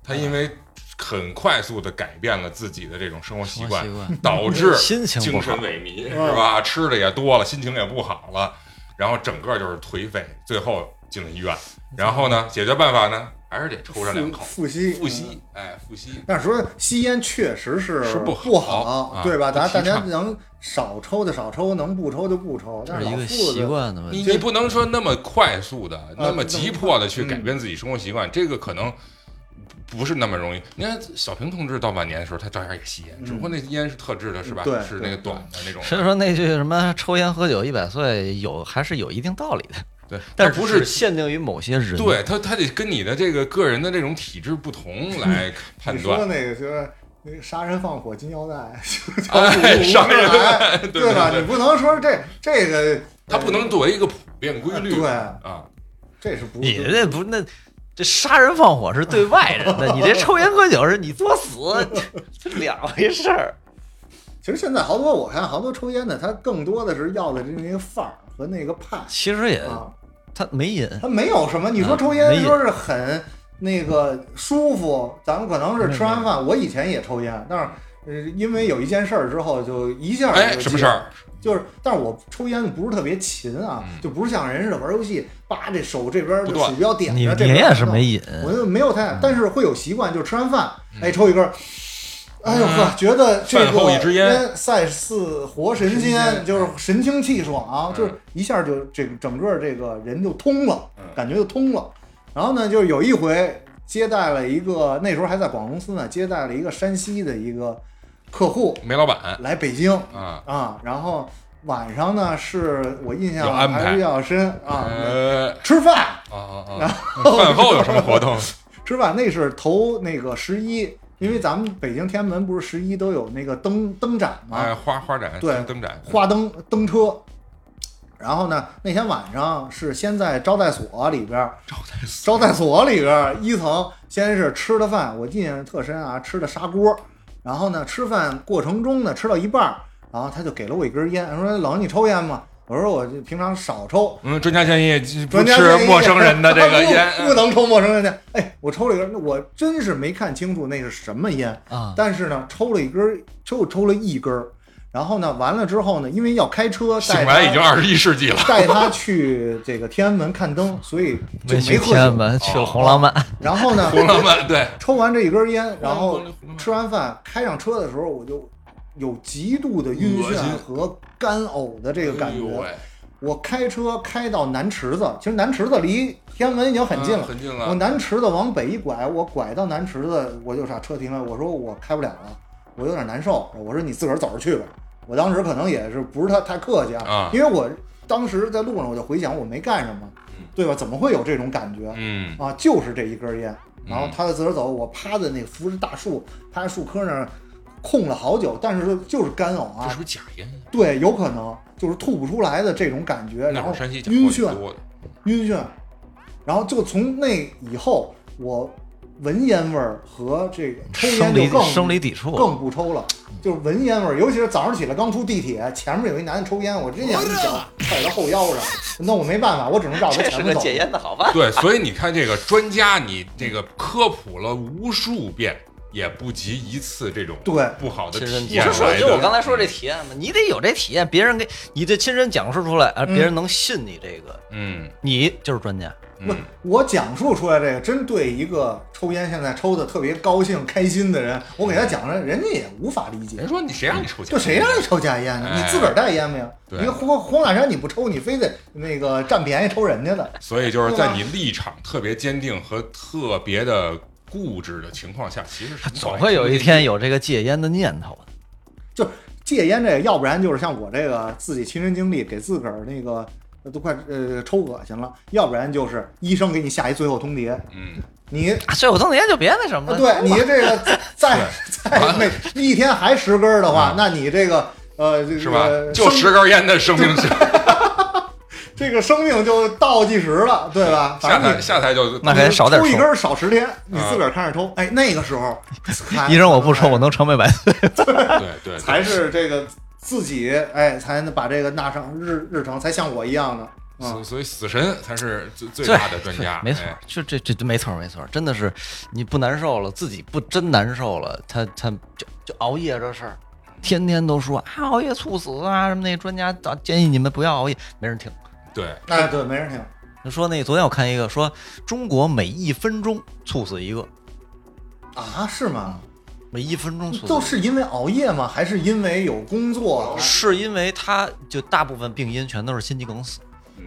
他因为很快速的改变了自己的这种生活习惯生活习，惯导致心情精不好神萎靡，是吧？吃的也多了，心情也不好了，然后整个就是颓废，最后进了医院。然后呢，解决办法呢，还是得抽上两口，复吸嗯复。吸，哎，复吸。那时候吸烟确实是是不不好啊对吧？不咱提大家倡能少抽的少抽，能不抽就不抽。这但是一是老个父习子惯的问你题。你不能说那么快速啊的、那么急迫的去改变自己生活习惯，这个可能不是那么容易。你看小平同志到晚年的时候，他照样也吸烟，只不过那烟是特制的，是吧？嗯对是那个对短的那种。所以说那句什么“抽烟喝酒一百岁”有还是有一定道理的，对，但他不是是只限定于某些人。对他，他得跟你的这个个人的这种体质不同来 判你说的断。那个就是那个杀人放火金腰带， 哎杀人来，对对吧？对对你不能说这这个，他不能作为一个普遍规律。对啊，这是不你这不那这杀人放火是对外人 的，你这抽烟喝酒是你作死，这两回事儿。其实现在好多我看好多抽烟的，他更多的是要的是那个范儿和那个派其实也啊，他没瘾，他没有什么。你说啊抽烟没瘾说是很那个舒服，咱们可能是吃完嗯饭，我以前也抽烟，但是。呃，因为有一件事儿之后，就一下哎，就什么戒事儿？就是，但是我抽烟不是特别勤啊，嗯就不是像人似的玩游戏，叭这手这边儿不就断鼠标点你着，这你边儿也是弄没瘾。嗯我就没有太，但是会有习惯，就是吃完饭，哎，抽一根儿。哎呦呵，觉得这嗯饭后个一支烟赛似活神仙，就是神清气爽，啊嗯就是一下就这个整个这个人就通了，嗯感觉就通了。然后呢，就是有一回接待了一个那时候还在广告公司呢，接待了一个山西的一个客户煤老板来北京啊，啊，然后晚上呢是我印有象安排还比较深啊，呃，吃饭啊啊啊！饭后有什么 活动？啊吃饭那是头那个十一，因为咱们北京天安门不是十一都有那个灯灯展吗？哎，花花展，对灯展，花灯灯车。然后呢，那天晚上是先在招待所里边儿，招待所，招待所里边儿一层先是吃的饭，我印象特深啊，吃的砂锅。然后呢，吃饭过程中呢，吃到一半儿，然后他就给了我一根烟，说：“老王你抽烟吗？”我说：“我就平常少抽。”嗯，专家建议不专家吃建议陌生人的这个 不不烟。能抽陌生人的。哎，我抽了一根，我真是没看清楚那是什么烟啊但是呢，抽了一根儿，就抽了一根儿。然后呢，完了之后呢，因为要开车，醒带他来已经二十一世纪了， 带他去这个天安门看灯，所以就去没喝天安酒。啊门，去了红浪漫，然后 呢，红浪漫对，抽完这一根烟，然后红浪漫吃完饭开上车的时候，我就有极度的晕恶眩心和干呕的这个感哎觉呦。喂我开车开到南池子，其实南池子离天安门已经很近了，嗯很近我了。南池子往北一拐，我拐到南池子，我就把车停了。我说我开不了了，我有点难受。我说你自个儿走着去吧。我当时可能也是不是他太客气啊因为我当时在路上我就回想我没干什么嗯，对吧？怎么会有这种感觉嗯，啊？就是这一根烟，然后嗯他就自个儿走，我趴在那个扶着大树，趴在树棵那儿空了好久，但是就是干呕这是啊，不是假烟？对，有可能就是吐不出来的这种感觉，然那会后儿山西假晕货眩挺。多的。晕眩，然后就从那以后，我闻烟味儿和这个抽生烟就理更生理抵触。更不抽了，就是闻烟味儿，尤其是早上起来刚出地铁，前面有一男的抽烟，我真想一脚踹他后腰上，那我没办法，我只能绕他这前是面个走。戒烟的好办法。对，所以你看这个专家，你这个科普了无数遍，也不及一次这种对不好的亲身体体验验就我说来就我刚的。嗯才说这体验嘛，你得有这体验，别人给你这亲身讲述出来，啊，嗯别人能信你这个，嗯你就是专家。不，我讲述出来这个，真对一个抽烟现在抽的特别高兴、开心的人，我给他讲了，人家也无法理解人。说你谁让你抽就钱？谁让你抽假烟呢？你自个哎儿带烟没有？对你黄黄大山你不抽，你非得那个占便宜抽人家的。所以就是在你立场特别坚定和特别的固执的情况下，其实是总会有一天有这个戒烟的念头的。就是戒烟这个，要不然就是像我这个自己亲身经历，给自个儿那个呃都快呃抽恶心了；要不然就是医生给你下一最后通牒，嗯，你啊 啊，所以我总结就别那什么了。对你啊这个 再再每一天还十根儿的话，那你这个呃这是吧个？就生十根烟的生命是这个生命就倒计时了，对吧？下反正台你下台就 那还得少点抽一抽啊根儿少十天，你自个儿看着抽。哎，那个时候 医啊生我不抽，我能长命百岁。对对，对才是这个自己哎，才能把这个纳上日日程，才像我一样的所所以死神才是最最大的专家，对没错哎，就这这没错没错，真的是你不难受了，自己不真难受了，他他就就熬夜这事儿，天天都说啊熬夜猝死啊什么，那专家啊建议你们不要熬夜，没人听。对，哎，对，没人听。他说那昨天我看一个说中国每一分钟猝死一个，啊，是吗？嗯每一分钟猝死一个都是因为熬夜吗？还是因为有工作？啊是因为他就大部分病因全都是心肌梗死。嗯，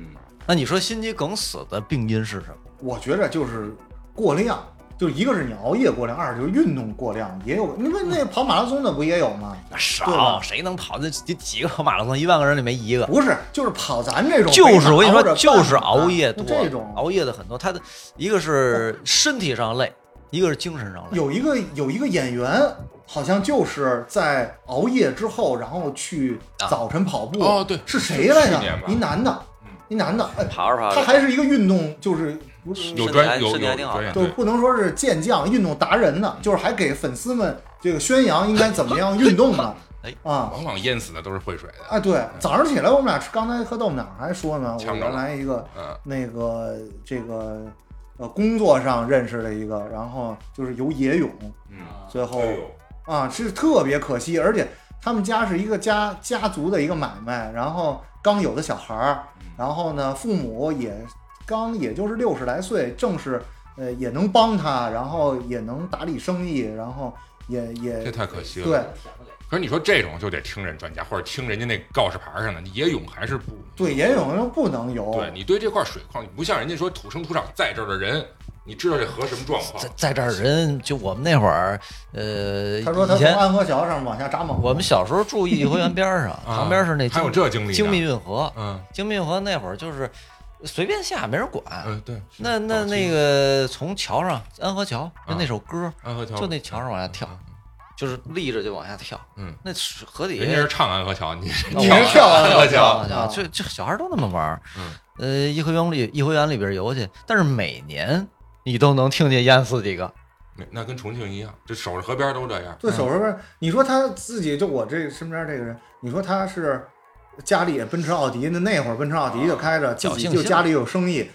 那你说心肌梗死的病因是什么？我觉着就是过量，就一个是你熬夜过量，二就是运动过量，也有。你问那嗯跑马拉松的不也有吗？那对少，吧谁能跑那几几个马拉松？一万个人里没一个。不是，就是跑咱这种北马就或者半马，啊是我跟你说，就是熬夜多，这种熬夜的很多。他的一个是身体上累，一个是精神上累。有一个有一个演员，好像就是在熬夜之后，然后去啊早晨跑步。哦对是谁来去年着吧？一男的嗯，一男的，哎，跑着跑他着，还是一个运动，就是不是有身材专有有身材挺好专业就啊对是不能说是健将、运动达人呢，就是还给粉丝们这个宣扬应该怎么样运 动呢哎。啊往往淹死的都是会水的，啊，对，早上起来我们俩吃，刚才喝豆腐脑还说呢，我呛着了原来一个嗯，那个这个呃工作上认识的一个，然后就是游野泳，嗯，最后哎呦啊是特别可惜，而且他们家是一个家家族的一个买卖，然后刚有的小孩儿，然后呢父母也刚也就是六十来岁，正是呃也能帮他，然后也能打理生意，然后也这也太可惜了。对，可是你说这种就得听人专家，或者听人家那告示牌上的，你野泳还是不对，也有人不能游，对你对这块水况，你不像人家说土生土长在这儿的人，你知道这河什么状况在，在这儿人就我们那会儿，呃，他说他从以前安河桥上往下扎猛，我们小时候住颐和园边儿上，啊旁边是那还有京这经历呢京密运河，嗯京密运河那会儿就是随便下，没人管。嗯，对，是那那早期那个从桥上安河桥啊就那首歌，安河桥就那桥上往下跳，就是立着就往下跳。啊嗯，那水河底人家是唱安河桥，你是那听我跳安河桥，跳下去啊啊，这这小孩都那么玩儿。呃，颐和园里颐和园里边游去，但是每年你都能听见淹死几个。那那跟重庆一样，这守着河边都这样。对手上边，你说他自己就我这身边这个人，你说他是家里也奔驰奥迪，那那会儿奔驰奥迪就开着，自侥己幸就心家里有生意，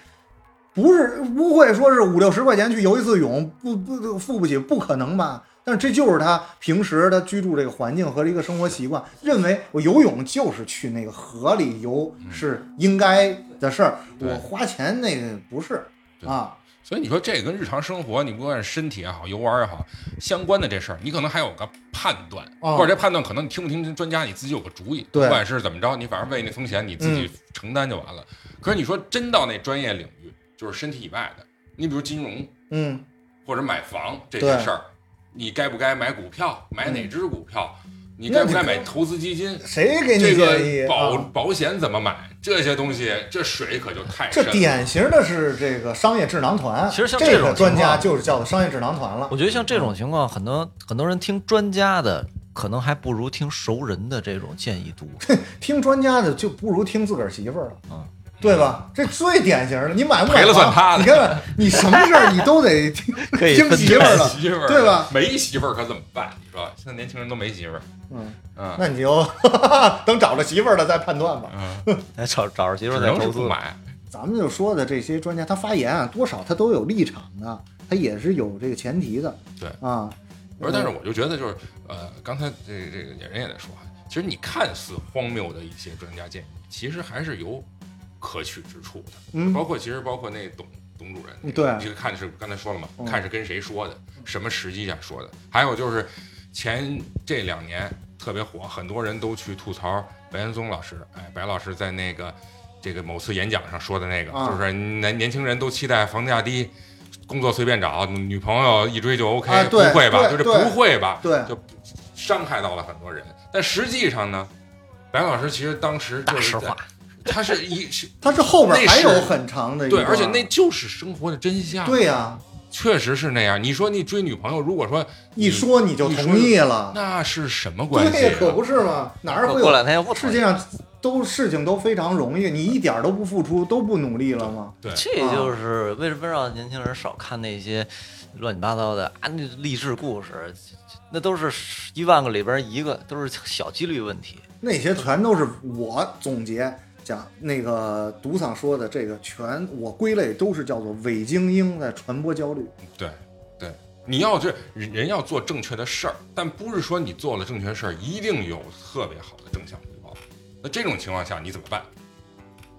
不是不会说是五六十块钱去游一次泳，不不付不起，不可能吧？但是这就是他平时他居住这个环境和一个生活习惯，认为我游泳就是去那个河里游是应该的事儿，嗯对我花钱那个不是对啊，所以你说这个跟日常生活，你不管是身体也好，游玩也好，相关的这事儿，你可能还有个判断，哦或者这判断可能你听不听专家，你自己有个主意。对不管是怎么着，你反正为那风险你自己承担就完了。可是你说真到那专业领域，就是身体以外的，你比如金融嗯，或者买房这些对事儿，你该不该买股票，买哪只股票，你那该不你该不买投资基金，谁给这你建议个保啊？保险怎么买，这些东西，这水可就太这深了。典型的是这个商业智囊团。其实像这这个种专情家况就是叫做商业智囊团了我。觉得像这种情况，很多很多人听专家的，可能还不如听熟人的这种建议多。听专家的就不如听自个儿媳妇儿了，嗯对吧？这最典型的，你买不买赔了算他房？你的看看，你什么事儿你都得 听可以听分媳妇儿了，媳妇儿对吧？没媳妇儿可怎么办？你说现在年轻人都没媳妇儿，嗯，嗯那你就 等找着媳妇儿了再判断吧。嗯， 哎，找找着媳妇只儿再能是投不资。买。咱们就说的这些专家，他发言啊，多少他都有立场的，他也是有这个前提的。对啊，不是，但是我就觉得就是呃，刚才这个这个人也在说啊，其实你看似荒谬的一些专家建议，其实还是有可取之处的。嗯包括其实包括那董董主任那个，对你就看是刚才说了嘛嗯，看是跟谁说的，什么时机下说的。还有就是前这两年特别火，很多人都去吐槽白岩松老师，哎，白老师在那个这个某次演讲上说的那个，啊就是年年轻人都期待房价低。工作随便找，女朋友一追就 OK，、啊对不会吧？对就这对不会吧？对就伤害到了很多人。但实际上呢，白老师其实当时就大是实在话，他是一是他是后边那还是有很长的一对，段，而且那就是生活的真相。啊对呀、确实是那样。你说你追女朋友，如果说一说你就同意了，那是什么关系、啊？对，可不是嘛，哪儿过会过有两天又不同世意界上都事情都非常容易，你一点儿都不付出，都不努力了吗？对，这啊就是为什么让年轻人少看那些乱七八糟的啊，那励志故事，那都是一万个里边一个，都是小几率问题。那些全都是我总结，讲那个独嗓说的这个全，我归类都是叫做伪精英在传播焦虑。对对，你要这人人要做正确的事儿，但不是说你做了正确的事儿一定有特别好的正向回报。那这种情况下你怎么办？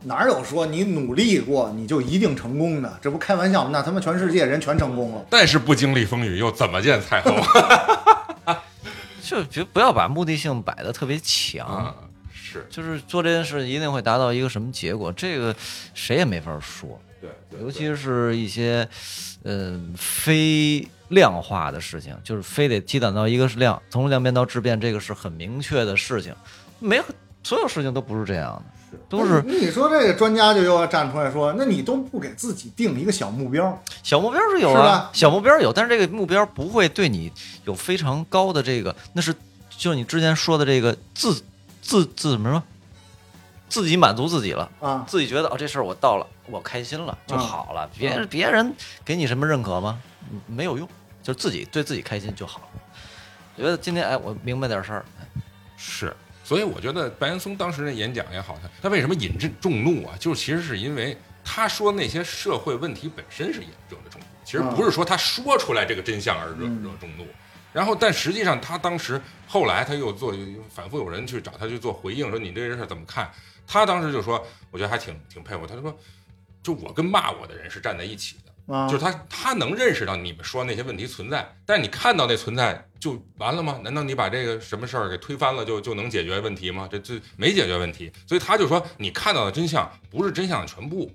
哪有说你努力过你就一定成功的？这不开玩笑吗？那他妈全世界人全成功了。但是不经历风雨又怎么见彩虹？ 就别不要把目的性摆的特别强，啊，是就是做这件事一定会达到一个什么结果，这个谁也没法说。对，对尤其是一些，呃，非量化的事情，就是非得积攒到一个是量，从量变到质变，这个是很明确的事情，没有所有事情都不是这样的，都是你说这个专家就又要站出来说，那你都不给自己定一个小目标，小目标是有是啊吧，小目标有，但是这个目标不会对你有非常高的这个，那是就是你之前说的这个自自自怎么说，自己满足自己了。啊，自己觉得哦，这事儿我到了，我开心了就嗯好了。别嗯别人给你什么认可吗？嗯没有用，就是自己对自己开心就好了。觉得今天哎，我明白点事儿，是，所以我觉得白岩松当时的演讲也好，他他为什么引致众怒啊？就是其实是因为他说那些社会问题本身是引惹的众怒，其实不是说他说出来这个真相而惹、嗯惹众怒。然后，但实际上他当时后来他又做反复有人去找他去做回应，说你对这事儿怎么看？他当时就说，我觉得还挺挺佩服，他说，就我跟骂我的人是站在一起的。啊，就是他他能认识到你们说那些问题存在，但是你看到那存在就完了吗？难道你把这个什么事儿给推翻了就就能解决问题吗？这这没解决问题，所以他就说你看到的真相不是真相的全部，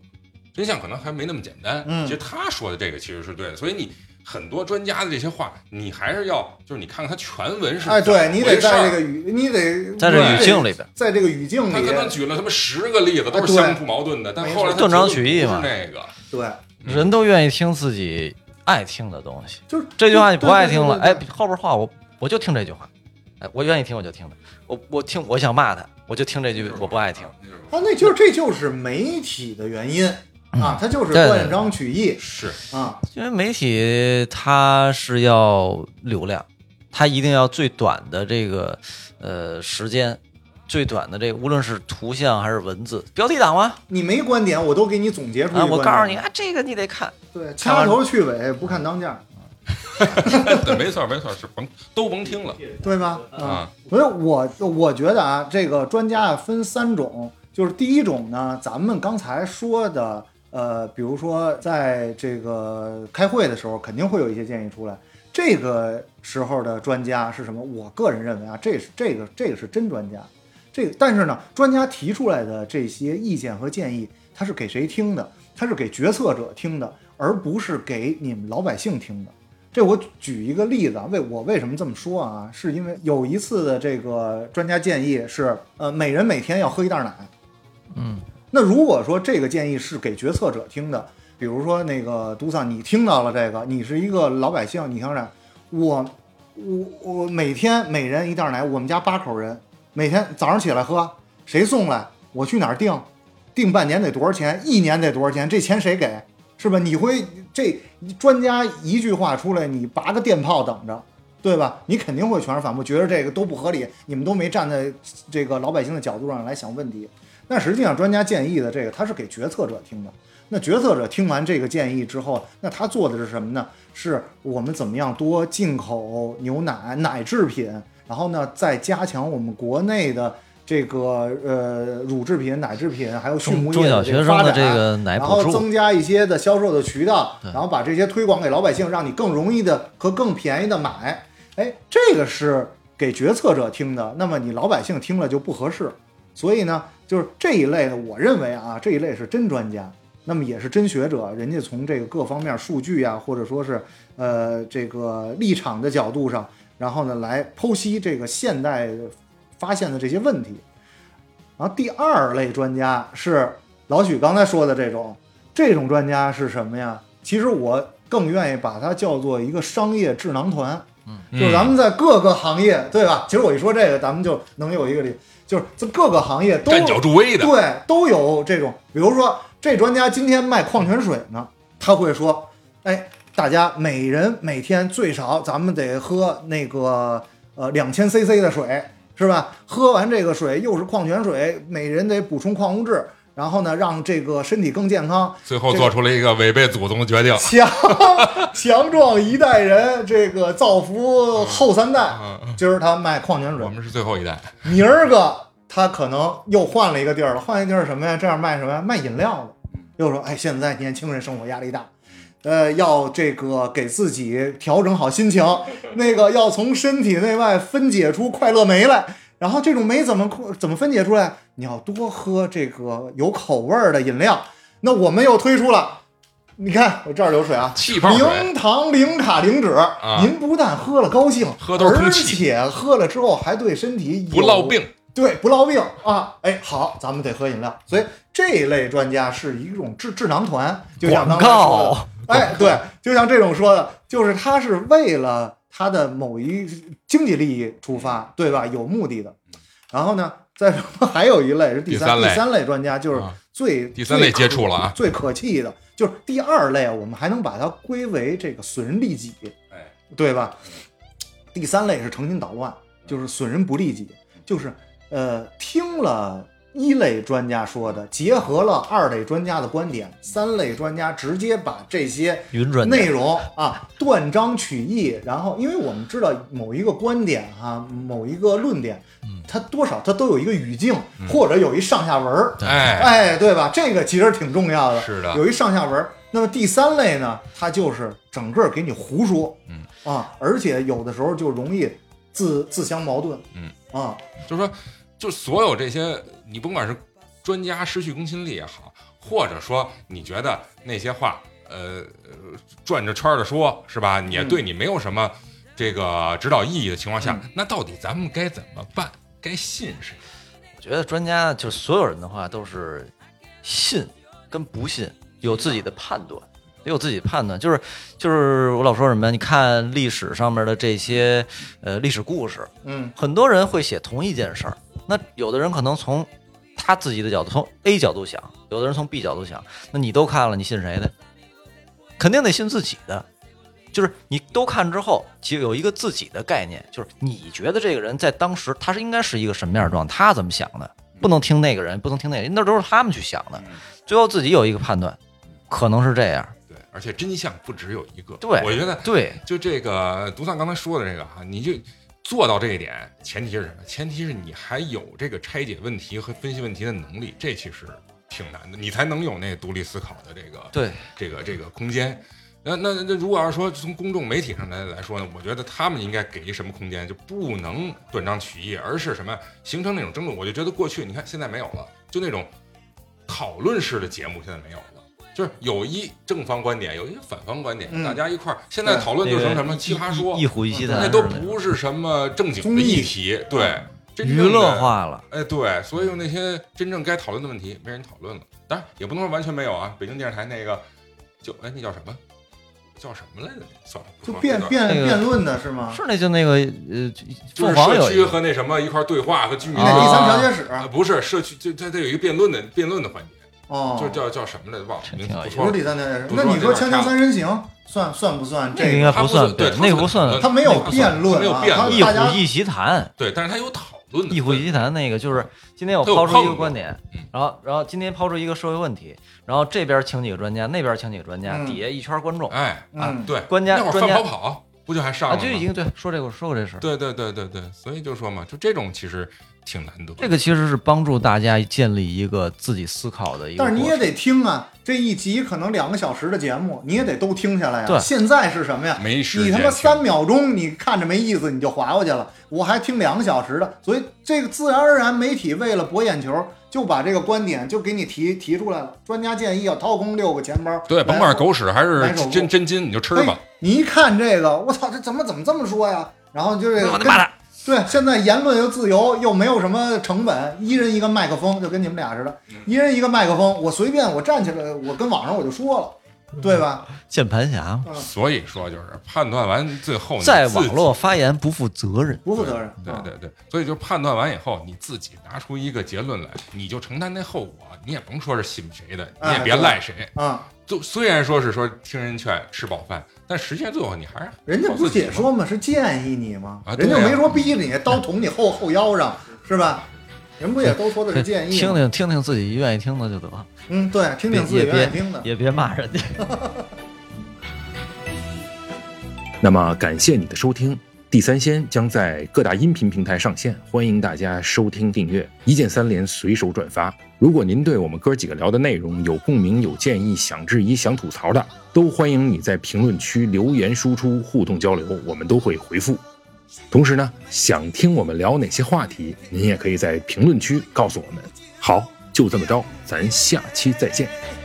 真相可能还没那么简单。嗯其实他说的这个其实是对的，所以你。很多专家的这些话，你还是要就是你看看他全文 是哎，对你得怎么在这回事个儿语，你得在这语境里边，在这个语境他里可，能举了他妈十个例子，都是哎对相互矛盾的，但后来他断觉章得取义不是嘛那个对，嗯人都愿意听自己爱听的东西。就是这句话你不爱听了，对对哎对对，后边话我我就听这句话，哎，我愿意听我就听他，我我听我想骂他，我就听这句我不爱听。那种他啊那就是这就是媒体的原因啊，他就是嗯对对断章取义是 啊，因为媒体它是要流量，它一定要最短的这个呃时间，最短的这个无论是图像还是文字，标题党吗？你没观点我都给你总结出啊，来。我告诉你，啊，这个你得看。对，掐头去尾不看当价，对，没错没错，是甭都甭听了对吗？啊，啊，不是我，我觉得啊，这个专家啊分三种，就是第一种呢，咱们刚才说的，呃，比如说在这个开会的时候，肯定会有一些建议出来。这个时候的专家是什么？我个人认为啊，这是这个这个是真专家，这个但是呢，专家提出来的这些意见和建议，他是给谁听的？他是给决策者听的，而不是给你们老百姓听的。这我举一个例子啊，为我为什么这么说啊？是因为有一次的这个专家建议是，呃，每人每天要喝一袋奶。嗯，那如果说这个建议是给决策者听的，比如说那个杜桑，你听到了这个，你是一个老百姓，你想想，我我我每天每人一袋奶，我们家八口人，每天早上起来喝，谁送来？我去哪儿订？订半年得多少钱？一年得多少钱？这钱谁给？是吧？你会这专家一句话出来，你拔个电炮等着，对吧？你肯定会全是反驳，觉得这个都不合理，你们都没站在这个老百姓的角度上来想问题。那实际上，专家建议的这个，他是给决策者听的。那决策者听完这个建议之后，那他做的是什么呢？是我们怎么样多进口牛奶、奶制品，然后呢，再加强我们国内的这个呃乳制品、奶制品，还有畜中牧中业小的这学个生发的展。啊这个奶然补后助，增加一些的销售的渠道，对然后把这些推广给老百姓，让你更容易的和更便宜的买。哎，这个是给决策者听的，那么你老百姓听了就不合适。所以呢，就是这一类的，我认为啊，这一类是真专家，那么也是真学者，人家从这个各方面数据啊，或者说是呃这个立场的角度上，然后呢来剖析这个现代发现的这些问题。然后第二类专家是老许刚才说的这种，这种专家是什么呀？其实我更愿意把它叫做一个商业智囊团，嗯，就是咱们在各个行业，对吧？其实我一说这个，咱们就能有一个理，就是在各个行业都站脚助威的，对，都有这种，比如说这专家今天卖矿泉水呢，他会说，哎，大家每人每天最少咱们得喝那个呃两千 CC 的水，是吧？喝完这个水又是矿泉水，每人得补充矿物质，然后呢，让这个身体更健康。 最后做出了一个违背祖宗的决定。强 强壮一代人，这个造福后三代。今儿他卖矿泉水我，们是最后一代，明儿个他可能又换了一个地儿了，换一个地儿什么呀？这样卖什么呀？卖饮料的。又说，哎，现在年轻人生活压力大，呃，要这个给自己调整好心情，那个要从身体内外分解出快乐酶来。然后这种酶怎么怎么分解出来？你要多喝这个有口味儿的饮料。那我们又推出了，你看我这儿流水啊，气泡水啊零糖、零卡、零脂。您不但喝了高兴，喝都是空而气且喝了之后还对身体有不落病。对，不落病啊！哎，好，咱们得喝饮料。所以这一类专家是一种智智囊团，就像刚才说的，哎，对，就像这种说的，就是他是为了他的某一经济利益出发，对吧？有目的的。然后呢，再什么还有一类是第第三第类三类专家，就是啊最、第三类最可接触了啊最可气的就是第二类，我们还能把它归为这个损人利己，哎，对吧？第三类是成心捣乱，就是损人不利己，就是呃听了一类专家说的，结合了二类专家的观点，三类专家直接把这些云专家内容啊断章取义，然后因为我们知道某一个观点啊，某一个论点，它多少它都有一个语境，或者有一上下文儿，哎，哎，对吧？这个其实挺重要的，是的有一上下文儿。那么第三类呢，它就是整个给你胡说，嗯啊，而且有的时候就容易自自相矛盾，嗯啊，就是说，就所有这些，你甭管是专家失去公信力也好，或者说你觉得那些话，呃，呃转着圈儿的说，是吧？也嗯对你没有什么这个指导意义的情况下，嗯那到底咱们该怎么办？该信谁？我觉得专家就是所有人的话都是信跟不信有自己的判断，得有自己的判断。就是就是我老说什么呀，你看历史上面的这些呃历史故事，嗯很多人会写同一件事儿，那有的人可能从他自己的角度，从 A 角度想，有的人从 B 角度想，那你都看了，你信谁的？肯定得信自己的，就是你都看之后，就有一个自己的概念，就是你觉得这个人在当时他是应该是一个什么样的状态，他怎么想的，不能听那个人，不能听那个人，那都是他们去想的，最后自己有一个判断，可能是这样，对，而且真相不只有一个。对我觉得对，就这个独丧刚才说的这个哈，你就做到这一点，前提是什么？前提是你还有这个拆解问题和分析问题的能力，这其实挺难的，你才能有那独立思考的这个对这个这个空间。那那那如果要是说从公众媒体上来来说呢，我觉得他们应该给一什么空间，就不能断章取义，而是什么形成那种争论。我就觉得过去你看现在没有了，就那种讨论式的节目现在没有了。就是有一正方观点，有一反方观点，嗯大家一块儿。现在讨论就成什么奇葩说嗯一，一虎一鸡蛋，那都不是什么正经综的艺议题，对，真娱正的乐化了。哎，对，所以那些真正该讨论的问题没人讨论了。当然，也不能说完全没有啊。北京电视台那个，就哎，那叫什么？叫什么来着？算了，不就说辩这段辩那个辩论的是吗？是那就那个呃，就是凤凰有社一区个和那什么一块儿对话和居民那第三调解啊，室不是社区，就它它有一个辩论的辩论的环节，哦，就叫叫什么来着？忘了这名字挺有不意思说不是第了。三调解室不。说那你说《这锵段儿锵三人行》算算不算那个这应个？该它不不算算对辩它那个不不算算论他没有不算辩没论有啊，辩他论一大虎家一席谈，对，但是它有讨论的一虎分一席谈那个就是今天我它有抛出一碰个撞观点嗯，然后然后今天抛出一个社会问题，然后这边请几个专家，那边请几个专家，嗯底下一圈观众啊，哎，嗯对，专家那会儿专范家啊跑跑不就还上了吗？就已经对说这个我说过这事儿，对对对对对，所以就说嘛，就这种其实挺难得的。这个其实是帮助大家建立一个自己思考的一个但是过程，你也得听啊，这一集可能两个小时的节目，你也得都听下来呀、对现在是什么呀？没时间你他妈听三秒钟，你看着没意思，你就划过去了。我还听两个小时的，所以这个自然而然，媒体为了博眼球，就把这个观点就给你提提出来了。专家建议要掏空六个钱包，对，甭管是狗屎还是来首真歌真金，你就吃哎吧。你一看这个，我操，这怎么怎么这么说呀？然后就这个我得跟骂他，对，现在言论又自由，又没有什么成本，一人一个嗯麦克风，就跟你们俩似的，一人一个麦克风，我随便我站起来，我跟网上我就说了，嗯对吧？键盘侠嗯，所以说就是判断完最后你在自己网络发言不负责任，不负责任。对啊对对，所以就判断完以后，你自己拿出一个结论来，你就承担那后果，你也甭说是信谁的，你也哎别对赖谁。啊，就虽然说是说听人劝吃饱饭，但实际上最后你还是人家靠不自是己也嘛说嘛，是建议你吗啊？对人呀家没说逼着你，刀捅你后后腰上是吧？人不也都说的是建议听吗？听听听自己愿意听的就得了，嗯，对，听听自己也愿意别听的。也别骂人家。那么感谢你的收听，《地三鲜》将在各大音频平台上线，欢迎大家收听订阅，一键三连，随手转发。如果您对我们哥几个聊的内容有共鸣、有建议、想质疑、想吐槽的，都欢迎你在评论区留言输出，互动交流，我们都会回复。同时呢，想听我们聊哪些话题，您也可以在评论区告诉我们。好，就这么着，咱下期再见。 Hey,